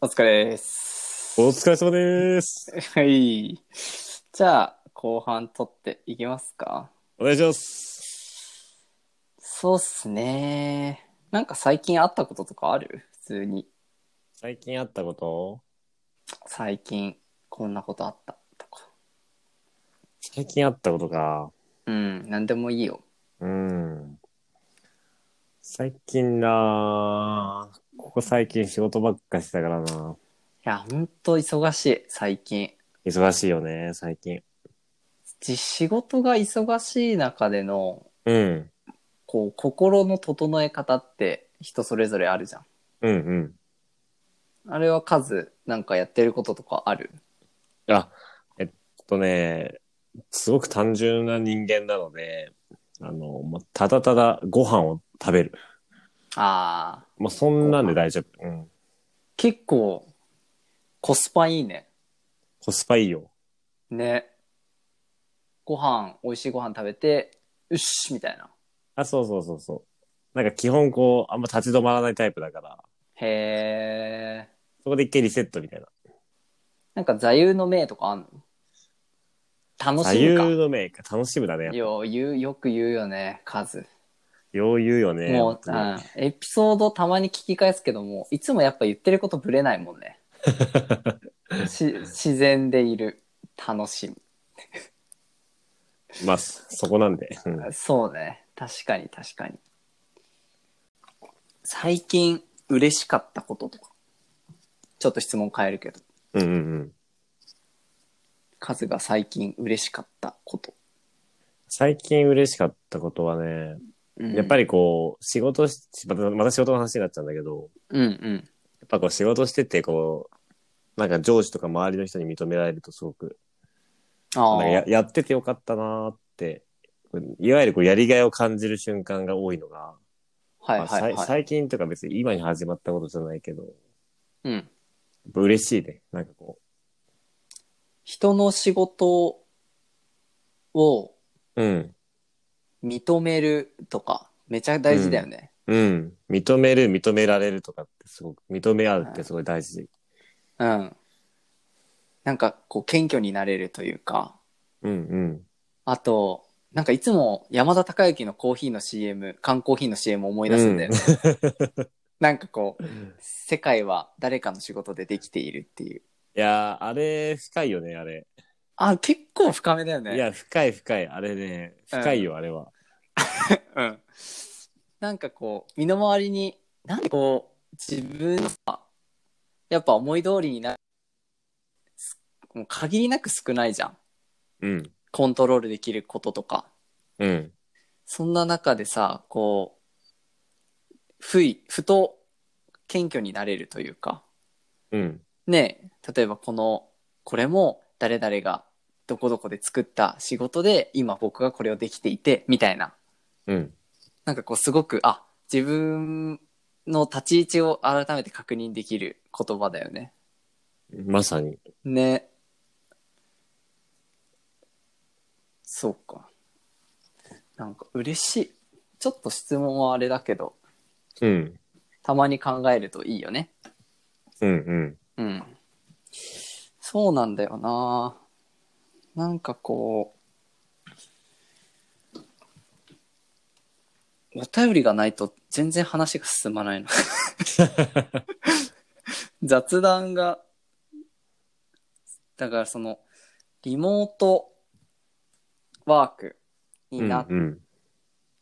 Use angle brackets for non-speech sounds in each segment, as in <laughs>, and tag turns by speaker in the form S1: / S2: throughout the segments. S1: お疲れです。
S2: お疲れ様です。
S1: はい。じゃあ、後半撮っていきますか。
S2: お願いします。
S1: そうっすね。なんか最近あったこととかある普通に。
S2: 最近あったこと
S1: 最近、こんなことあったとか。
S2: 最近あったことか。
S1: うん、なんでもいいよ。
S2: うん。最近なここ最近仕事ばっかしてたからない
S1: や、ほんと忙しい、最近。
S2: 忙しいよね、最近。
S1: じ仕事が忙しい中での、
S2: うん。
S1: こう、心の整え方って人それぞれあるじゃん。
S2: うんうん。
S1: あれは数、なんかやってることとかある
S2: あ、えっとね、すごく単純な人間なので、あの、まあ、ただただご飯を食べる。
S1: あー、
S2: まあ、そんなんで大丈夫。うん。
S1: 結構、コスパいいね。
S2: コスパいいよ。
S1: ね。ご飯、美味しいご飯食べて、うっし、みたいな。
S2: あ、そうそうそうそう。なんか基本こう、あんま立ち止まらないタイプだから、
S1: へえ。
S2: そこで一回リセットみたいな。
S1: なんか座右の銘とかあんの楽
S2: 左
S1: し
S2: 右
S1: むか。
S2: のメーカー楽しむだね。やっぱ
S1: よう言うよく言うよね、数。
S2: よう言うよね。
S1: も
S2: 本
S1: う、
S2: 当
S1: う
S2: に
S1: ん、エピソードたまに聞き返すけども、いつもやっぱ言ってることぶれないもん
S2: <laughs>
S1: ね。し自然でいる。楽しむ。
S2: まあ、そそこなんで。うん
S1: そうね。確かに確かに。最近嬉しかったこととか。ちょっと質問変えるけど。
S2: うんうんうん。
S1: カズが最近嬉しかったこと。
S2: 最近嬉しかったことはね、やっぱ
S1: り。
S2: りこう、仕事し、またまた仕事の話になっちゃうんだけど、
S1: うんうん。
S2: やっぱこう仕事しててこう、なんか上司とか周りの人に認められるとすごく、
S1: あ
S2: なんかや
S1: あ。
S2: やっててよかったなーって、いわゆるこうやりがいを感じる瞬間が多いのが、
S1: はい
S2: まあ
S1: は
S2: さ
S1: い
S2: い
S1: はい。
S2: 最近とか別に今に始まったことじゃないけど、
S1: う
S2: や
S1: ん。
S2: っぱ嬉しいね。なんかこ
S1: 人の仕事を
S2: う、うん、
S1: 認めるとか、めちゃ大事だよね。
S2: うん、認める、認められるとかってすごく、認め合うってすごい大事。
S1: うん。なんか、こう、謙虚になれるというか、
S2: うんうん。
S1: あと、なんかいつも山田孝之のコーヒーの CM、缶コーヒーの CM を思い出すんだよね。 <laughs> なんかこう、
S2: い
S1: 世界は誰かの仕事でできているっていう。
S2: やー、あれ、深いよね、あれ。
S1: あ、結構深めだよね。
S2: いや、深い深い。あれね、深いよ、あれは。
S1: うん、なんかこう身の回りになんでこう自分のさやっぱ思い通りになすもう限りなく少ないじゃん
S2: うん。
S1: コントロールできることとか
S2: うん。
S1: そんな中でさこう不意ふと謙虚になれるというか
S2: うん。
S1: ねえ例えばこのこれも誰々がどこどこで作った仕事で今僕がこれをできていてみたいな
S2: うん。
S1: なんかこうすごく、あ、自分の立ち位置を改めて確認できる言葉だよね。
S2: まさに。
S1: ね。そうか。なんか嬉しい。ちょっと質問はあれだけど、
S2: うん。
S1: たまに考えるといいよね。
S2: うんう
S1: う
S2: ん。
S1: ん。そうなんだよななんかこう、お便りがないと全然話が進まないの。雑談が、だからその、リモートワークにな、
S2: うん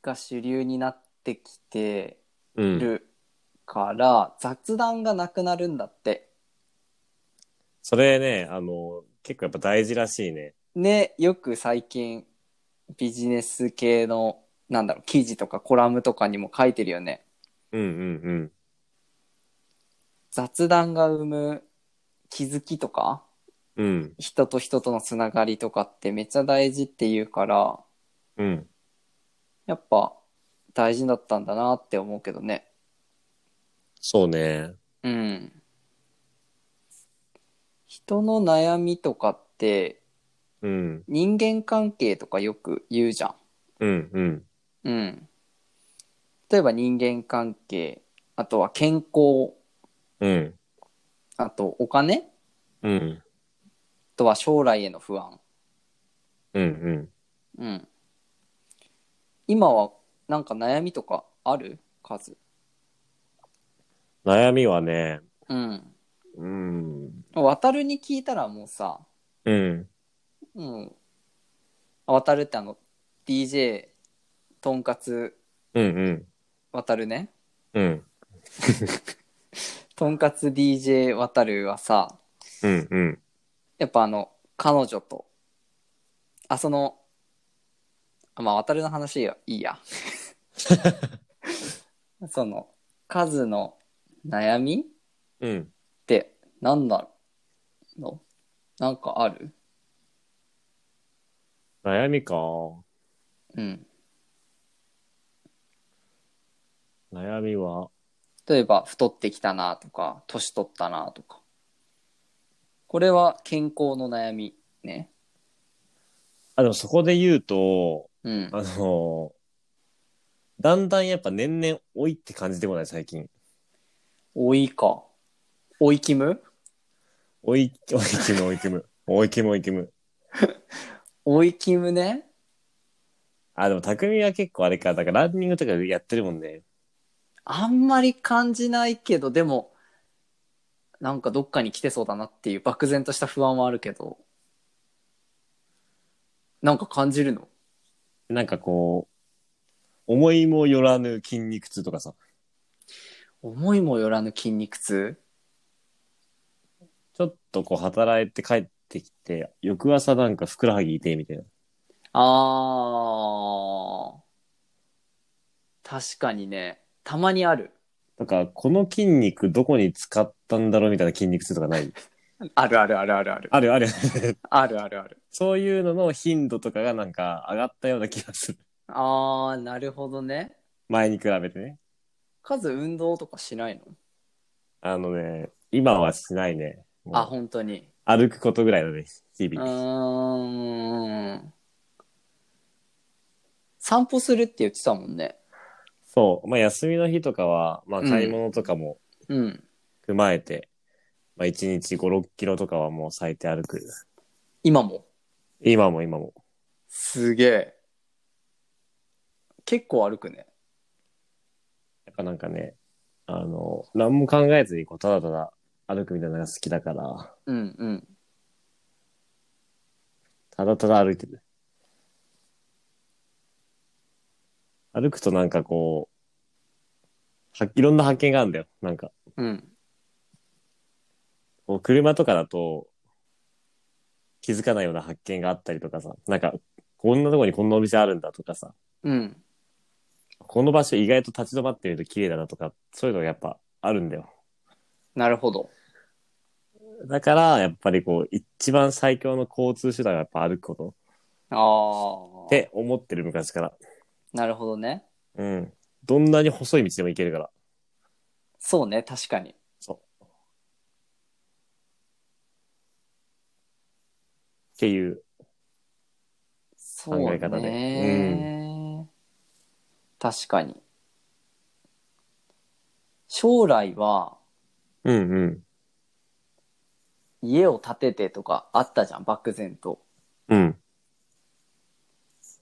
S1: が主流になってきて
S2: うん。うん。
S1: るから、雑談がなくなるんだって。
S2: それね、あの、結構やっぱ大事らしいね。
S1: ね、よく最近ビジネス系の、なんだろう、記事とかコラムとかにも書いてるよね。
S2: うんうん
S1: 雑談が生む気づきとか、
S2: うん。うん。
S1: 人と人とのつながりとかってめっちゃ大事っていうから、
S2: うん。
S1: やっぱ大事だったんだなって思うけどね。
S2: そうね。
S1: うん。人の悩みとかって
S2: うん。
S1: 人間関係とかよく言うじゃん。
S2: うんうん。
S1: うん。例えば人間関係、あとは健康、
S2: うん。
S1: あと、お金
S2: うん。
S1: とは将来への不安。
S2: うんうん。
S1: うん。今は、なんか悩みとかある数。
S2: 悩みはね、
S1: うん。
S2: うん。
S1: 渡るに聞いたらもうさ、
S2: うん。
S1: もう、渡るってあの、DJ、とんかつ、
S2: うんうん。
S1: 渡るね。
S2: うん。
S1: とんかつ DJ 渡るはさ、
S2: うんうん。
S1: やっぱあの、彼女と、あ、その、あまあ、渡るの話はいいや。その、数の悩み
S2: うん。
S1: って何なのなんかある
S2: 悩みか。
S1: うん。
S2: 悩みは、
S1: 例えば、太ってきたなとか、年取ったなとか。これは健康の悩みね。
S2: あ、でもそこで言うと、
S1: うん。
S2: あの、だんだんやっぱ年々老いって感じてこない、最近。
S1: 老いか。老いきむ
S2: 老い、老いきむ、老いきむ。老いきむ、老いきむ。
S1: 老いきむね。
S2: あ、でも匠は結構あれか、だからランニングとかやってるもんね。
S1: あんまり感じないけど、でも、なんかどっかに来てそうだなっていう漠然とした不安はあるけど、なんか感じるの
S2: なんかこう、思いもよらぬ筋肉痛とかさ。
S1: 思いもよらぬ筋肉痛
S2: ちょっとこう働いて帰ってきて、翌朝なんかふくらはぎ痛いみたいな。
S1: あー。確かにね、たまにある。
S2: だから、この筋肉どこに使ったんだろうみたいな筋肉痛とかない。
S1: あるあるあるあるある。
S2: あるある。
S1: あるあるある。
S2: <laughs> そういうのの頻度とかがなんか上がったような気がする。 <laughs>
S1: あー、なるほどね。
S2: 前に比べてね。
S1: 数運動とかしないの
S2: あのね、今はしないね。もう
S1: あ、本当に。
S2: 歩くことぐらいだね、日
S1: う
S2: 々。
S1: ーん。散歩するって言ってたもんね。
S2: そう。まあ、休みの日とかは、まあ、
S1: うん
S2: 買い物とかも
S1: うん。
S2: 踏まえて、まあ、1日5、6キロとかはもう最低歩く。
S1: 今も。
S2: 今も今も。
S1: すげえ。結構歩くね。
S2: やっぱなんかね、あの、何も考えずにこう、ただただ歩くみたいなのが好きだから、
S1: うんうん。
S2: ただただ歩いてる。歩くとなんかこう、はいろんな発見があるんだよ。なんか、
S1: うん。
S2: こう車とかだと、気づかないような発見があったりとかさ、なんか、こんなとこにこんなお店あるんだとかさ、
S1: うん。
S2: この場所意外と立ち止まってみると綺麗だなとか、そういうのがやっぱあるんだよ。
S1: なるほど。
S2: だから、やっぱりこう、一番最強の交通手段はやっぱ歩くこと。
S1: ああ。
S2: って思ってる昔から。
S1: なるほどね。
S2: うん。どんなに細い道でも行けるから。
S1: そうね、確かに。
S2: そう。っていう。
S1: そう
S2: 考え方で
S1: ね。確かに。将来は
S2: うんうん。
S1: 家を建ててとかあったじゃん、漠然と。
S2: うん。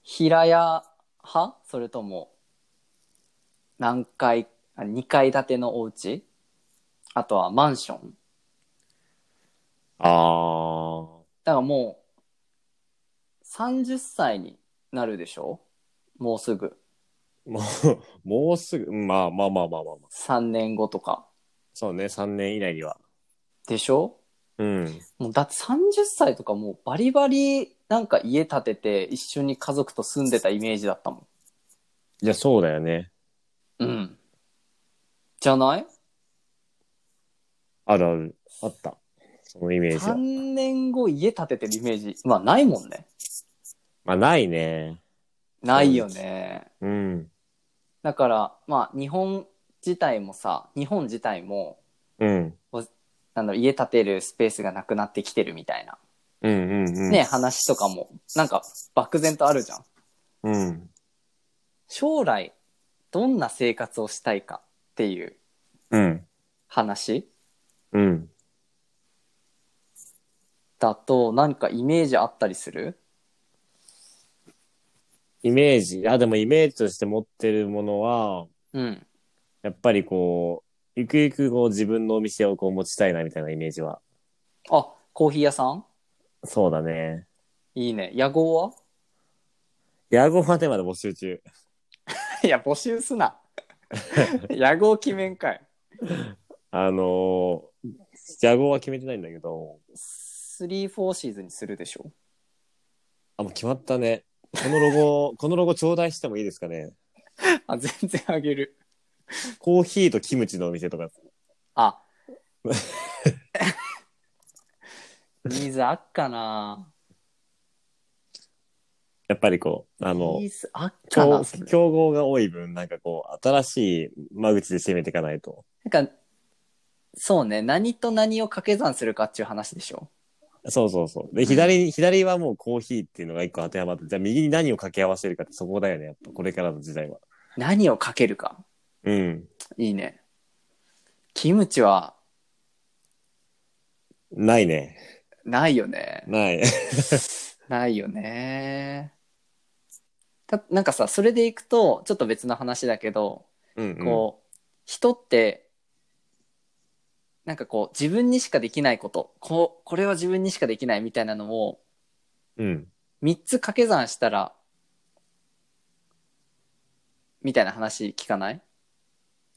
S1: 平屋派それとも何階あ2階建てのお家あとはマンション
S2: <laughs> あー。
S1: だからもう30歳になるでしょもうすぐ
S2: もう、もうすぐ、まあまあまあまあまあ、まあ。
S1: 3年後とか
S2: そうね、3年以内には。
S1: でしょ
S2: うん。
S1: もうだって30歳とかもうバリバリなんか家建てて一緒に家族と住んでたイメージだったも
S2: いや、そうだよね。
S1: んうんじゃない
S2: あるある。あった。そのイメージは。
S1: 3年後家建ててるイメージまあないもんね
S2: まあ、ないね。
S1: ないよね
S2: うん。
S1: だから、まあ、日本自体もさ、日本自体も、
S2: うん。
S1: なんだろう家建てるスペースがなくなってきてるみたいな、
S2: うんうんうん。
S1: ね、話とかも、なんか、漠然とあるじゃん。
S2: うん。
S1: 将来、どんな生活をしたいかっていう
S2: うん。
S1: 話
S2: うん。
S1: だと、なんかイメージあったりする
S2: イメージ、あ、でもイメージとして持ってるものは、
S1: うん。
S2: やっぱりこう、ゆくゆくこう自分のお店をこう持ちたいなみたいなイメージは。
S1: あ、コーヒー屋さん
S2: そうだね。
S1: いいね。野号は <laughs>
S2: ヤゴまでまで募集中。
S1: いや、募集す
S2: <laughs>
S1: な。野号決めんかい。
S2: あのー、ヤゴは決めてないんだけど、
S1: 3、4シーズンにするでしょ。
S2: あ、もう決まったね。このロゴ、 <laughs> このロゴ頂戴してもいいですかね。
S1: あ、全然あげる。
S2: コーヒーとキムチのお店とか。 <laughs>
S1: あ。ニーズあっかな
S2: やっぱりこう、あの
S1: ニ、ーズあっかな
S2: 競
S1: それ
S2: 競合が多い分、なんかこう、新しい間口で攻めていかないと。
S1: なんか、そうね。何と何を掛け算するかっていう話でしょ。
S2: そうそうそう。で、左に、左はもうコーヒーっていうのが一個当てはまって、じゃあ右に何を掛け合わせるかってそこだよね、やっぱこれからの時代は。
S1: 何をかけるか。
S2: うん。
S1: いいね。キムチは
S2: ないね。
S1: ないよね。
S2: ない。 <laughs>
S1: ないよね。たなんかさ、それでいくと、ちょっと別の話だけど、
S2: うん、うん。
S1: こう、人って、なんかこう、自分にしかできないこと、こう、これは自分にしかできないみたいなのを、
S2: うん。
S1: 3つ掛け算したら、みたいな話聞かない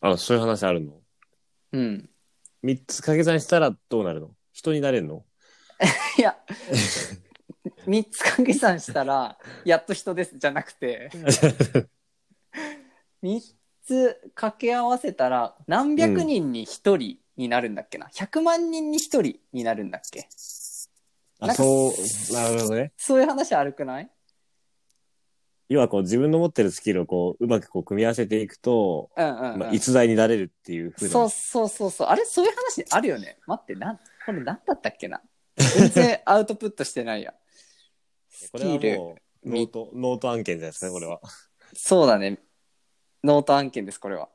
S2: あ、そういう話あるの
S1: うん。
S2: 三つ掛け算したらどうなるの人になれるの
S1: いや、3つ掛け算したら、やっと人です、じゃなくて、3つ掛け合わせたら、何百人に1人になるんだっけな、?100 万人に1人になるんだっけ
S2: あ、そう、なるほどね。
S1: そういう話あるくない
S2: 要はこう自分の持ってるスキルをこう、うまくこう組み合わせていくと、
S1: うんうん、うん
S2: まあ、逸材になれるっていうふうな。
S1: そうそうそうそう。あれそういう話あるよね。待って、なん、これ何だったっけな。全然アウトプットしてない
S2: <laughs>
S1: や。ス
S2: こ
S1: キ
S2: れは
S1: ル。
S2: もう、ノート、ノート案件じゃないですかね、これは。
S1: そうだね。ノート案件です、これは。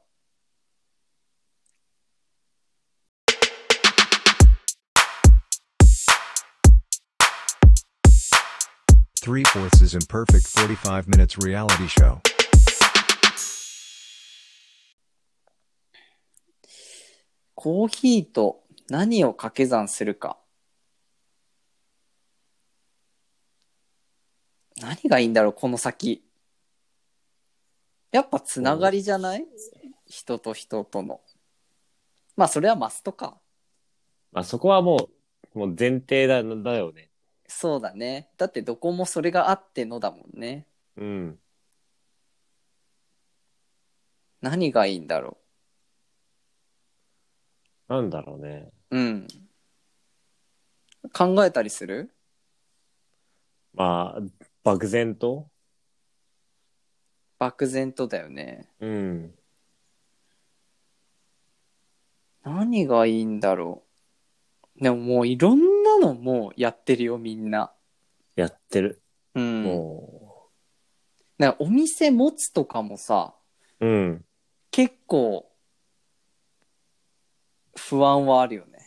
S3: Three fourths is imperfect 45 minutes reality show.
S1: コーヒーと何を掛け算するか。何がいいんだろう、この先。やっぱつながりじゃない人と人との。まあ、それはマストか。
S2: まあそこはもう、もう前提だだよね。
S1: そうだね。だってどこもそれがあってのだもんね。
S2: うん。
S1: 何がいいんだろ
S2: なんだろうね。
S1: う。うん。考えたりする
S2: まあ、漠然と
S1: 漠然とだよね。
S2: うん。
S1: 何がいいんだろう。でももういろんなのもうやってるよ、みんな。
S2: やってる。
S1: うん。
S2: も
S1: なんかお店持つとかもさ、
S2: う。うん。
S1: 結構不安はあるよね。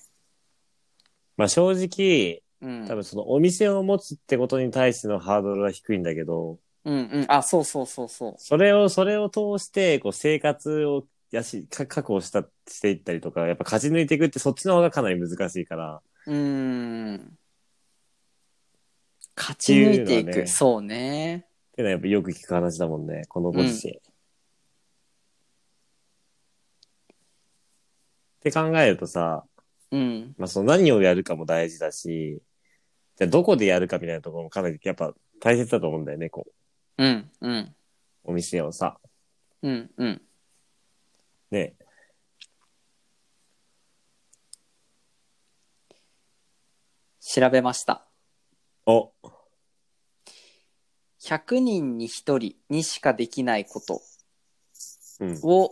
S2: まあ正直、
S1: うん。
S2: 多分そのお店を持つってことに対してのハードルは低いんだけど、
S1: うんうん。あ、そうそうそうそう。
S2: それを、それを通して、こう生活をやし、か確保した、していったりとか、やっぱ勝ち抜いていくってそっちの方がかなり難しいから、
S1: うーん。勝ち抜いてい
S2: っていうの
S1: く。
S2: はね
S1: そうね。
S2: っていうのはやっぱよく聞く話だもんね、このご時世。って考えるとさ、
S1: うん。
S2: まあ、その何をやるかも大事だし、じゃあどこでやるかみたいなところもかなりやっぱ大切だと思うんだよね、こう、
S1: うん。うん。
S2: お店をさ。
S1: うん。うん。
S2: ね。
S1: 調べました。
S2: お、
S1: 100人に1人にしかできないこと
S2: うん。
S1: を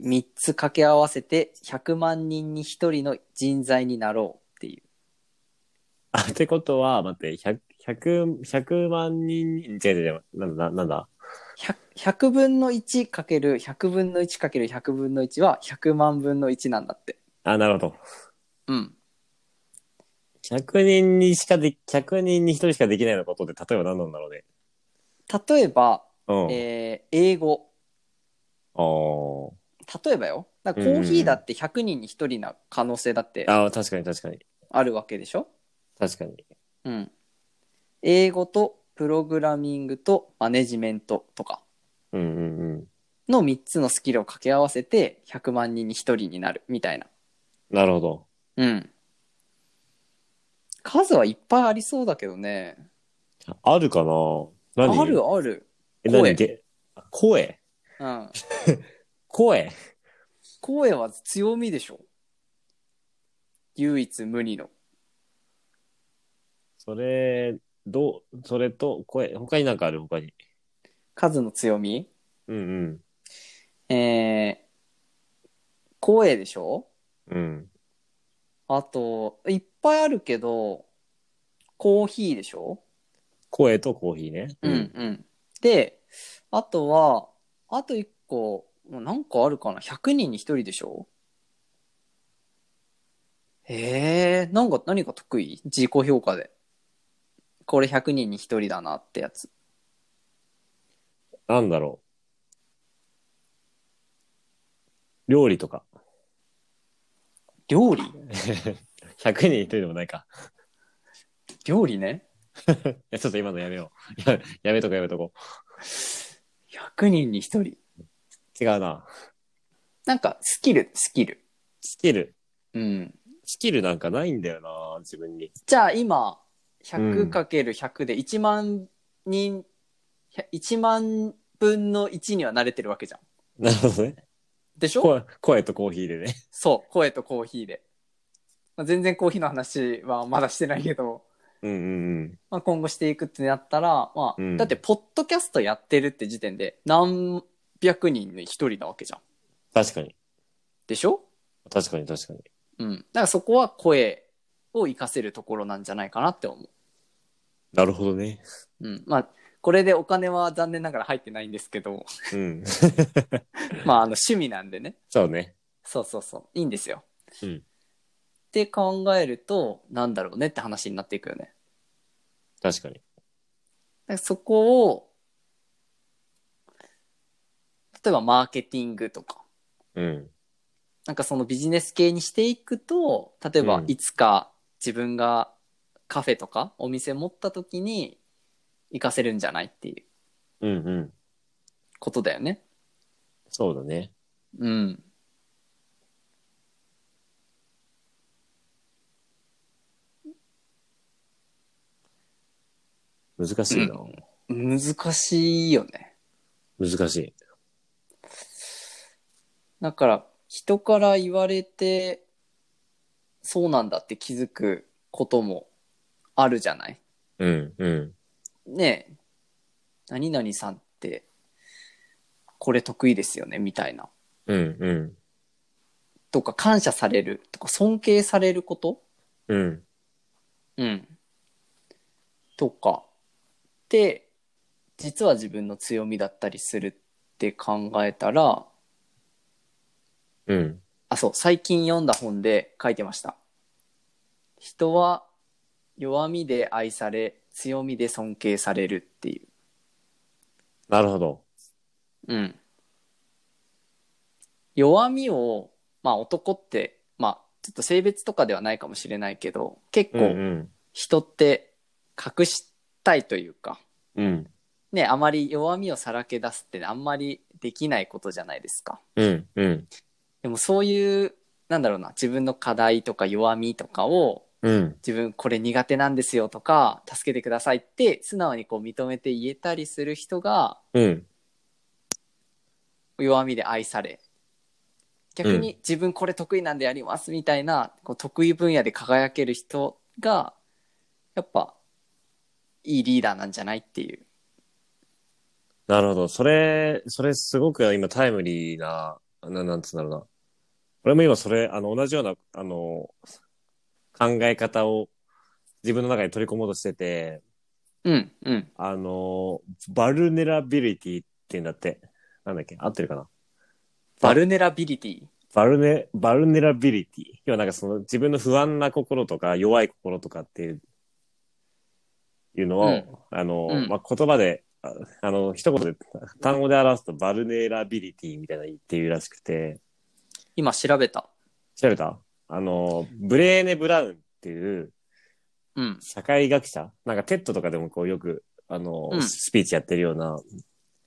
S1: 3つ掛け合わせて100万人に1人の人材になろうっていう。
S2: あ、ってことは、待って、100、100、100万人に、違う違う違う、なんだ、なんだ、
S1: 100, 100分の1かける100分の1かける100分の1は100万分の1なんだって。
S2: あ、なるほど。
S1: うん。
S2: 100人にしかで、100人に1人しかできないようなことって、例えば何なんだろうね。
S1: 例えば、
S2: うん。
S1: えー英語。
S2: あー
S1: 例えばよ。だからコーヒーだって100人に1人な可能性だって
S2: あー、確かに確かに。
S1: あるわけでしょ
S2: 確かに。
S1: うん。英語とプログラミングとマネジメントとか
S2: うんうんうん。
S1: の3つのスキルを掛け合わせて100万人に1人になるみたいな。
S2: なるほど。
S1: うん。数はいっぱいありそうだけどね。
S2: あるかな何
S1: あるある。
S2: え、
S1: 声
S2: 何げ声
S1: うん。
S2: 声
S1: 声は強みでしょ。唯一無二の。
S2: それ、どう、それと、声、他になんかある他に。
S1: 数の強み
S2: うん
S1: えー、声でしょ
S2: うん。うん。
S1: あと、いっぱいあるけど、コーヒーでしょ
S2: 声とコーヒーね。
S1: うんうん。で、あとは、あと一個、もう何個あるかな ?100 人に1人でしょええなんか何が得意自己評価で。これ100人に1人だなってやつ。
S2: なんだろう。料理とか。
S1: 料理
S2: 100人に1人でもないか。
S1: 料理ね。
S2: いや、ちょっと今のやめよう。ややめとこうやめとこ
S1: 100人に1人。
S2: う。違うな。
S1: なんか、スキル、スキル。
S2: スキル。
S1: うん。
S2: スキルなんかないんだよな、自分に。
S1: じゃあ今、
S2: うん
S1: 100×100 で1万人、1万分の1には慣れてるわけじゃん。
S2: なるほどね。
S1: でしょ
S2: 声声とコーヒーでね。
S1: そう、声とコーヒーで。まあ、全然コーヒーの話はまだしてないけど、
S2: うんうん
S1: まあ、今後していくってなったら、まあ、
S2: うん
S1: だって、ポッドキャストやってるって時点で、何百人に一人なわけじゃん。
S2: 確かに。
S1: でしょ
S2: 確かに確かに。
S1: うん。だからそこは声を活かせるところなんじゃないかなって思
S2: なるほどね。
S1: う。うん。まあ、これでお金は残念ながら入ってないんですけど、
S2: うん。 <laughs>
S1: まあ、あの、趣味なんでね。
S2: そうね。
S1: そうそうそう。いいんですよ。
S2: うん
S1: って考えると、なんだろうねって話になっていくよね。
S2: 確かに。
S1: だからそこを、例えばマーケティングとか、
S2: うん。
S1: なんかそのビジネス系にしていくと、例えば
S2: うん
S1: いつか自分がカフェとかお店持った時に活かせるんじゃないっていう
S2: うんうん。
S1: ことだよね。
S2: そうだね。
S1: うん。
S2: 難しいな。
S1: 難しいよね。
S2: 難しい。
S1: だから人から言われて、そうなんだって気づくこともあるじゃない
S2: うんうん。
S1: ねえ、何々さんって、これ得意ですよね、みたいな。
S2: うんうん。
S1: とか、感謝される、とか、尊敬されること
S2: うん。
S1: うん。とか、で、実は自分の強みだったりするって考えたら、
S2: うん。
S1: あ、そう、最近読んだ本で書いてました。人は弱みで愛され、強みで尊敬されるっていう。
S2: なるほど。
S1: うん。弱みを、まあ男って、まあちょっと性別とかではないかもしれないけど、結
S2: うんう
S1: 構
S2: ん。
S1: 人って隠したいというか、
S2: うん。
S1: ね、あまり弱みをさらけ出すってあんまりできないことじゃないですか。
S2: うんうん。
S1: でもそういう、なんだろうな、自分の課題とか弱みとかを、
S2: うん。
S1: 自分これ苦手なんですよとか、助けてくださいって素直にこう認めて言えたりする人が、
S2: うん。
S1: 弱みで愛され逆に自分これ得意なんでやりますみたいな、こう得意分野で輝ける人がやっぱいいリーダーなんじゃないっていう
S2: なるほど。それ、それすごく今タイムリーな、ななんつうんだろうな。俺も今それ、あの、同じような、あの、考え方を自分の中に取り込もうとしてて、
S1: うんうん
S2: あの、バルネラビリティって言うんだって。なんだっけ合ってるかな
S1: バルネラビリティ
S2: バルネ、バルネラビリティ。要はなんかその自分の不安な心とか弱い心とかっていう、いうのを、
S1: うん
S2: あの、
S1: うん
S2: まあ、言葉で、ああの、一言で、単語で表すとバルネラビリティみたいな言っていうらしくて、
S1: 今調べた。
S2: 調べたあの、ブレーネ・ブラウンっていう
S1: うん。
S2: 社会学者、なんかテッドとかでもこうよく、あの、
S1: うん
S2: スピーチやってるような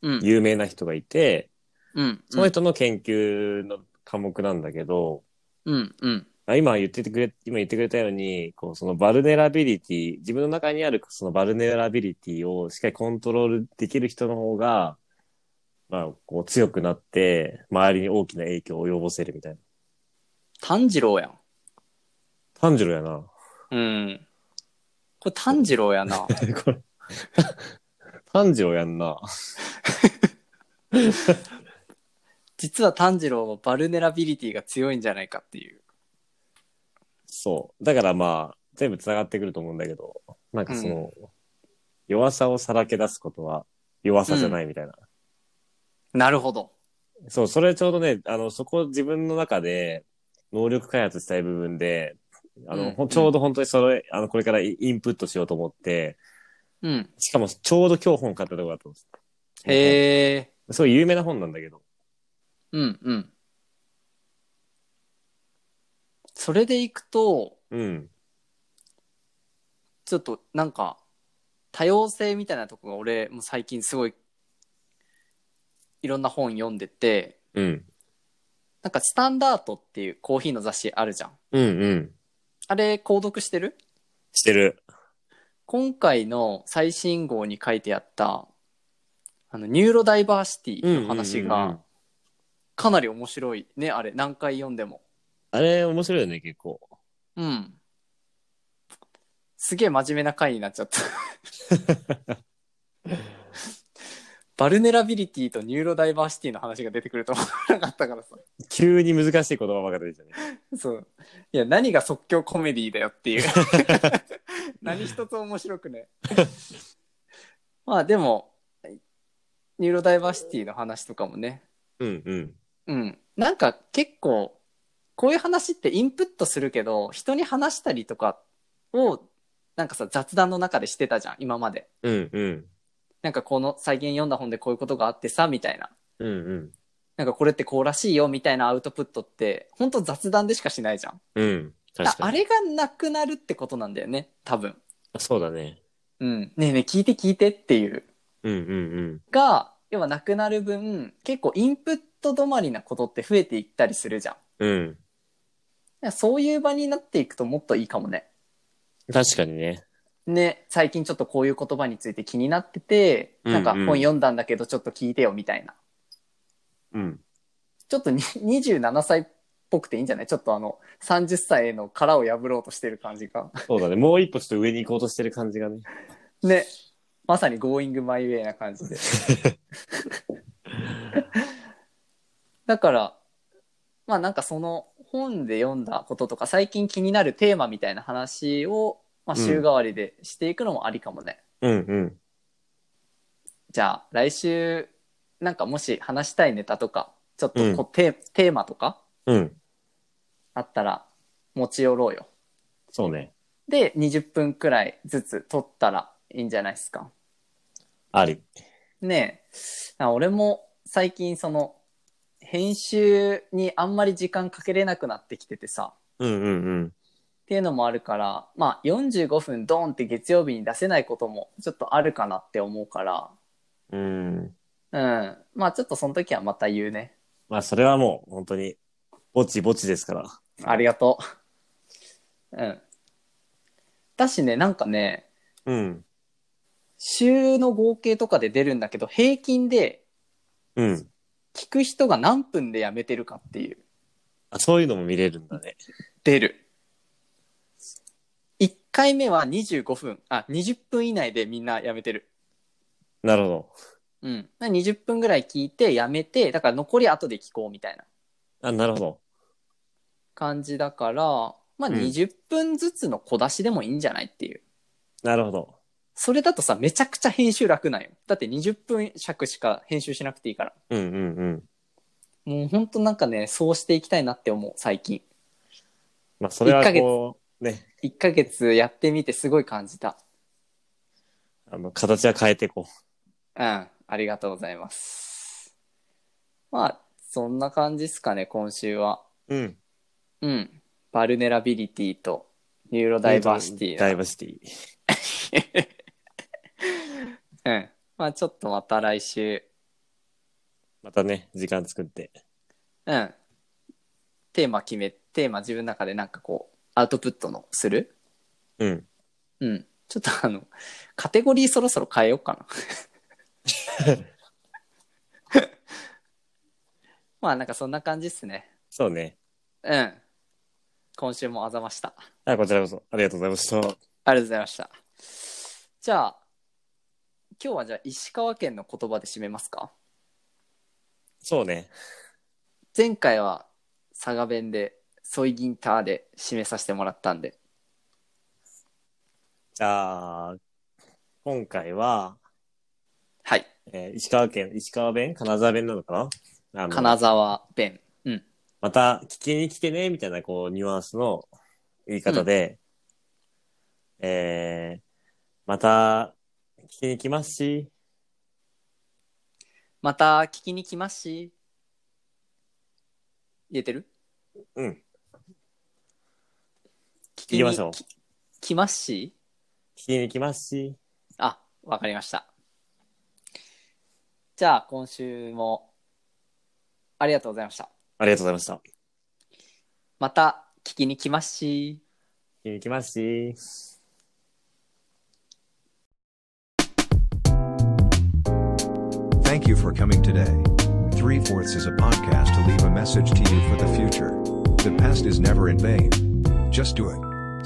S1: うん。
S2: 有名な人がいて、
S1: うん。
S2: その人の研究の科目なんだけど、
S1: うん。うん。
S2: あ今言っててくれ、今言ってくれたように、こう、そのバルネラビリティ、自分の中にあるそのバルネラビリティをしっかりコントロールできる人の方が、まあ、こう強くなって、周りに大きな影響を及ぼせるみたいな。
S1: 炭治郎やん。
S2: 炭治郎やな。
S1: うん。これ炭治郎やな。
S2: <laughs> これ。炭治郎やんな。
S1: 実は炭治郎はバルネラビリティが強いんじゃないかっていう。
S2: そう。だからまあ、全部繋がってくると思うんだけど、なんかその、弱さをさらけ出すことは弱さじゃないみたいな。
S1: なるほど。
S2: そう、それちょうどね、あの、そこ自分の中で能力開発したい部分で、あの、
S1: うん
S2: ほちょうど本当にそれ、あの、これからイインプットしようと思って、
S1: うん。
S2: しかもちょうど今日本買ったとこだったんです。え。
S1: へえ。
S2: すごい有名な本なんだけど。
S1: うんうん。それでいくと、
S2: うん。
S1: ちょっとなんか、多様性みたいなとこが俺、もう最近すごい、いろんな本読んでて、
S2: うん。
S1: なんかスタンダードっていうコーヒーの雑誌あるじゃん。
S2: うんうん。
S1: あれ、購読してる
S2: してる。
S1: 今回の最新号に書いてあった、あの、ニューロダイバーシティの話
S2: うんうんうんうん
S1: が、かなり面白いね、あれ。何回読んでも。
S2: あれ面白いよね、結構。
S1: うん。すげえ真面目な回になっちゃ
S2: <laughs>
S1: った。バルネラビリティとニューロダイバーシティの話が出てくると思わなかったからさ。
S2: 急に難しい言葉ばかり出てきたね。
S1: <laughs> そう。いや、何が即興コメディだよっていう。 <laughs> 何一つ面白くね。 <laughs> まあでも、ニューロダイバーシティの話とかもね。
S2: うんうん。
S1: うん。なんか結構、こういう話ってインプットするけど、人に話したりとかを、なんかさ、雑談の中でしてたじゃん、今まで。
S2: うんうん。
S1: なんかこの最近読んだ本でこういうことがあってさ、みたいな。
S2: うんうん。
S1: なんかこれってこうらしいよ、みたいなアウトプットって、ほんと雑談でしかしないじゃん。
S2: うん。
S1: だ
S2: 確か
S1: あ
S2: に。
S1: れがなくなるってことなんだよね、多分。
S2: そうだね。
S1: うん。ねえねえ、聞いて聞いてっていう。
S2: うんうん
S1: が、要はなくなる分、結構インプット止まりなことって増えていったりするじゃん。だか
S2: うん。うん。
S1: らそういう場になっていくともっといいかもね。
S2: 確かにね。
S1: ね、最近ちょっとこういう言葉について気になってて、なんか
S2: うんうん
S1: 本読んだんだけどちょっと聞いてよみたいな。
S2: うん。
S1: ちょっとに27歳っぽくていいんじゃないちょっとあの、30歳への殻を破ろうとしてる感じが。
S2: そうだね。もう一歩ちょっと上に行こうとしてる感じがね。
S1: ね、まさに Going My Way な感
S2: <laughs>
S1: じで。だから、まあなんかその本で読んだこととか最近気になるテーマみたいな話を、まあ、週替わりでしていくのもありかもね。
S2: うんうん。
S1: じゃあ来週なんかもし話したいネタとかちょっとこう、
S2: うん
S1: テーテーマとか
S2: うん。
S1: あったら持ち寄ろうよ
S2: そうね。
S1: で20分くらいずつ撮ったらいいんじゃないですか
S2: あり。
S1: ねえあ俺も最近その編集にあんまり時間かけれなくなってきててさ
S2: うんうんうん。
S1: っていうのもあるからまあ45分ドーンって月曜日に出せないこともちょっとあるかなって思うから
S2: うん。
S1: うんまあちょっとその時はまた言うね
S2: まあ、それはもう、本当に、ぼちぼちですから。
S1: ありがとう。うん。だしね、なんかね、
S2: うん。
S1: 週の合計とかで出るんだけど、平均で
S2: うん。
S1: 聞く人が何分でやめてるかっていう。
S2: あそういうのも見れるんだね。
S1: 出る。1回目は25分、あ、20分以内でみんなやめてる。
S2: なるほど。
S1: うん。な20分ぐらい聞いてやめて、だから残り後で聞こうみたいな
S2: あ、なるほど。
S1: 感じだから、まあ
S2: うん
S1: 20分ずつの小出しでもいいんじゃないっていう。
S2: なるほど。
S1: それだとさ、めちゃくちゃ編集楽なんよ。だって20分尺しか編集しなくていいから。
S2: うんうんうん。
S1: もう本当なんかね、そうしていきたいなって思う、最近。
S2: まあ、それはこう、ね、
S1: 1ヶ月やってみてすごい感じた。
S2: あの、形は変えていこ
S1: うん、ありがとうございます。まあ、そんな感じですかね、今週は。
S2: う。うん。
S1: うん。バルネラビリティとニューロダイバーシティ
S2: ダ
S1: な。
S2: イバーシティ。
S1: うん。まあちょっとまた来週、
S2: またね、時間作って。
S1: うん。テーマ決め、テーマ自分の中でなんかこう、アウトプットのする
S2: うん。
S1: うん。ちょっとあの、カテゴリーそろそろ変えようかな。
S2: <laughs>
S1: <laughs> まあなんかそんな感じっすね。
S2: そうね。
S1: うん。今週もあざました。
S2: あ、こちらこそ。ありがとうございました。
S1: ありがとうございました。じゃあ、今日はじゃあ石川県の言葉で締めますか
S2: そうね。
S1: 前回は佐賀弁で、ソイギンターで締めさせてもらったんで。
S2: じゃあ、今回は、
S1: はい。
S2: えー石川県、石川弁金沢弁なのかなあの
S1: 金沢弁。うん。
S2: また聞きに来てね、みたいな、こう、ニュアンスの言い方で、えー、また聞きに来ますし、
S1: また聞きに来ますし。言えてる
S2: うん、
S1: 聞
S2: 行きましょう。聞
S1: 来ますし
S2: きに来ますし、
S1: あ、わかりました。じゃあ、今週もありがとうございました。
S2: ありがとうございました。聞
S1: また聞きに来ますし。
S2: きに来ますし、
S3: Thank you for coming today. Three Fourths is a podcast to leave a message to you for the future. The past is never in vain. Just do it.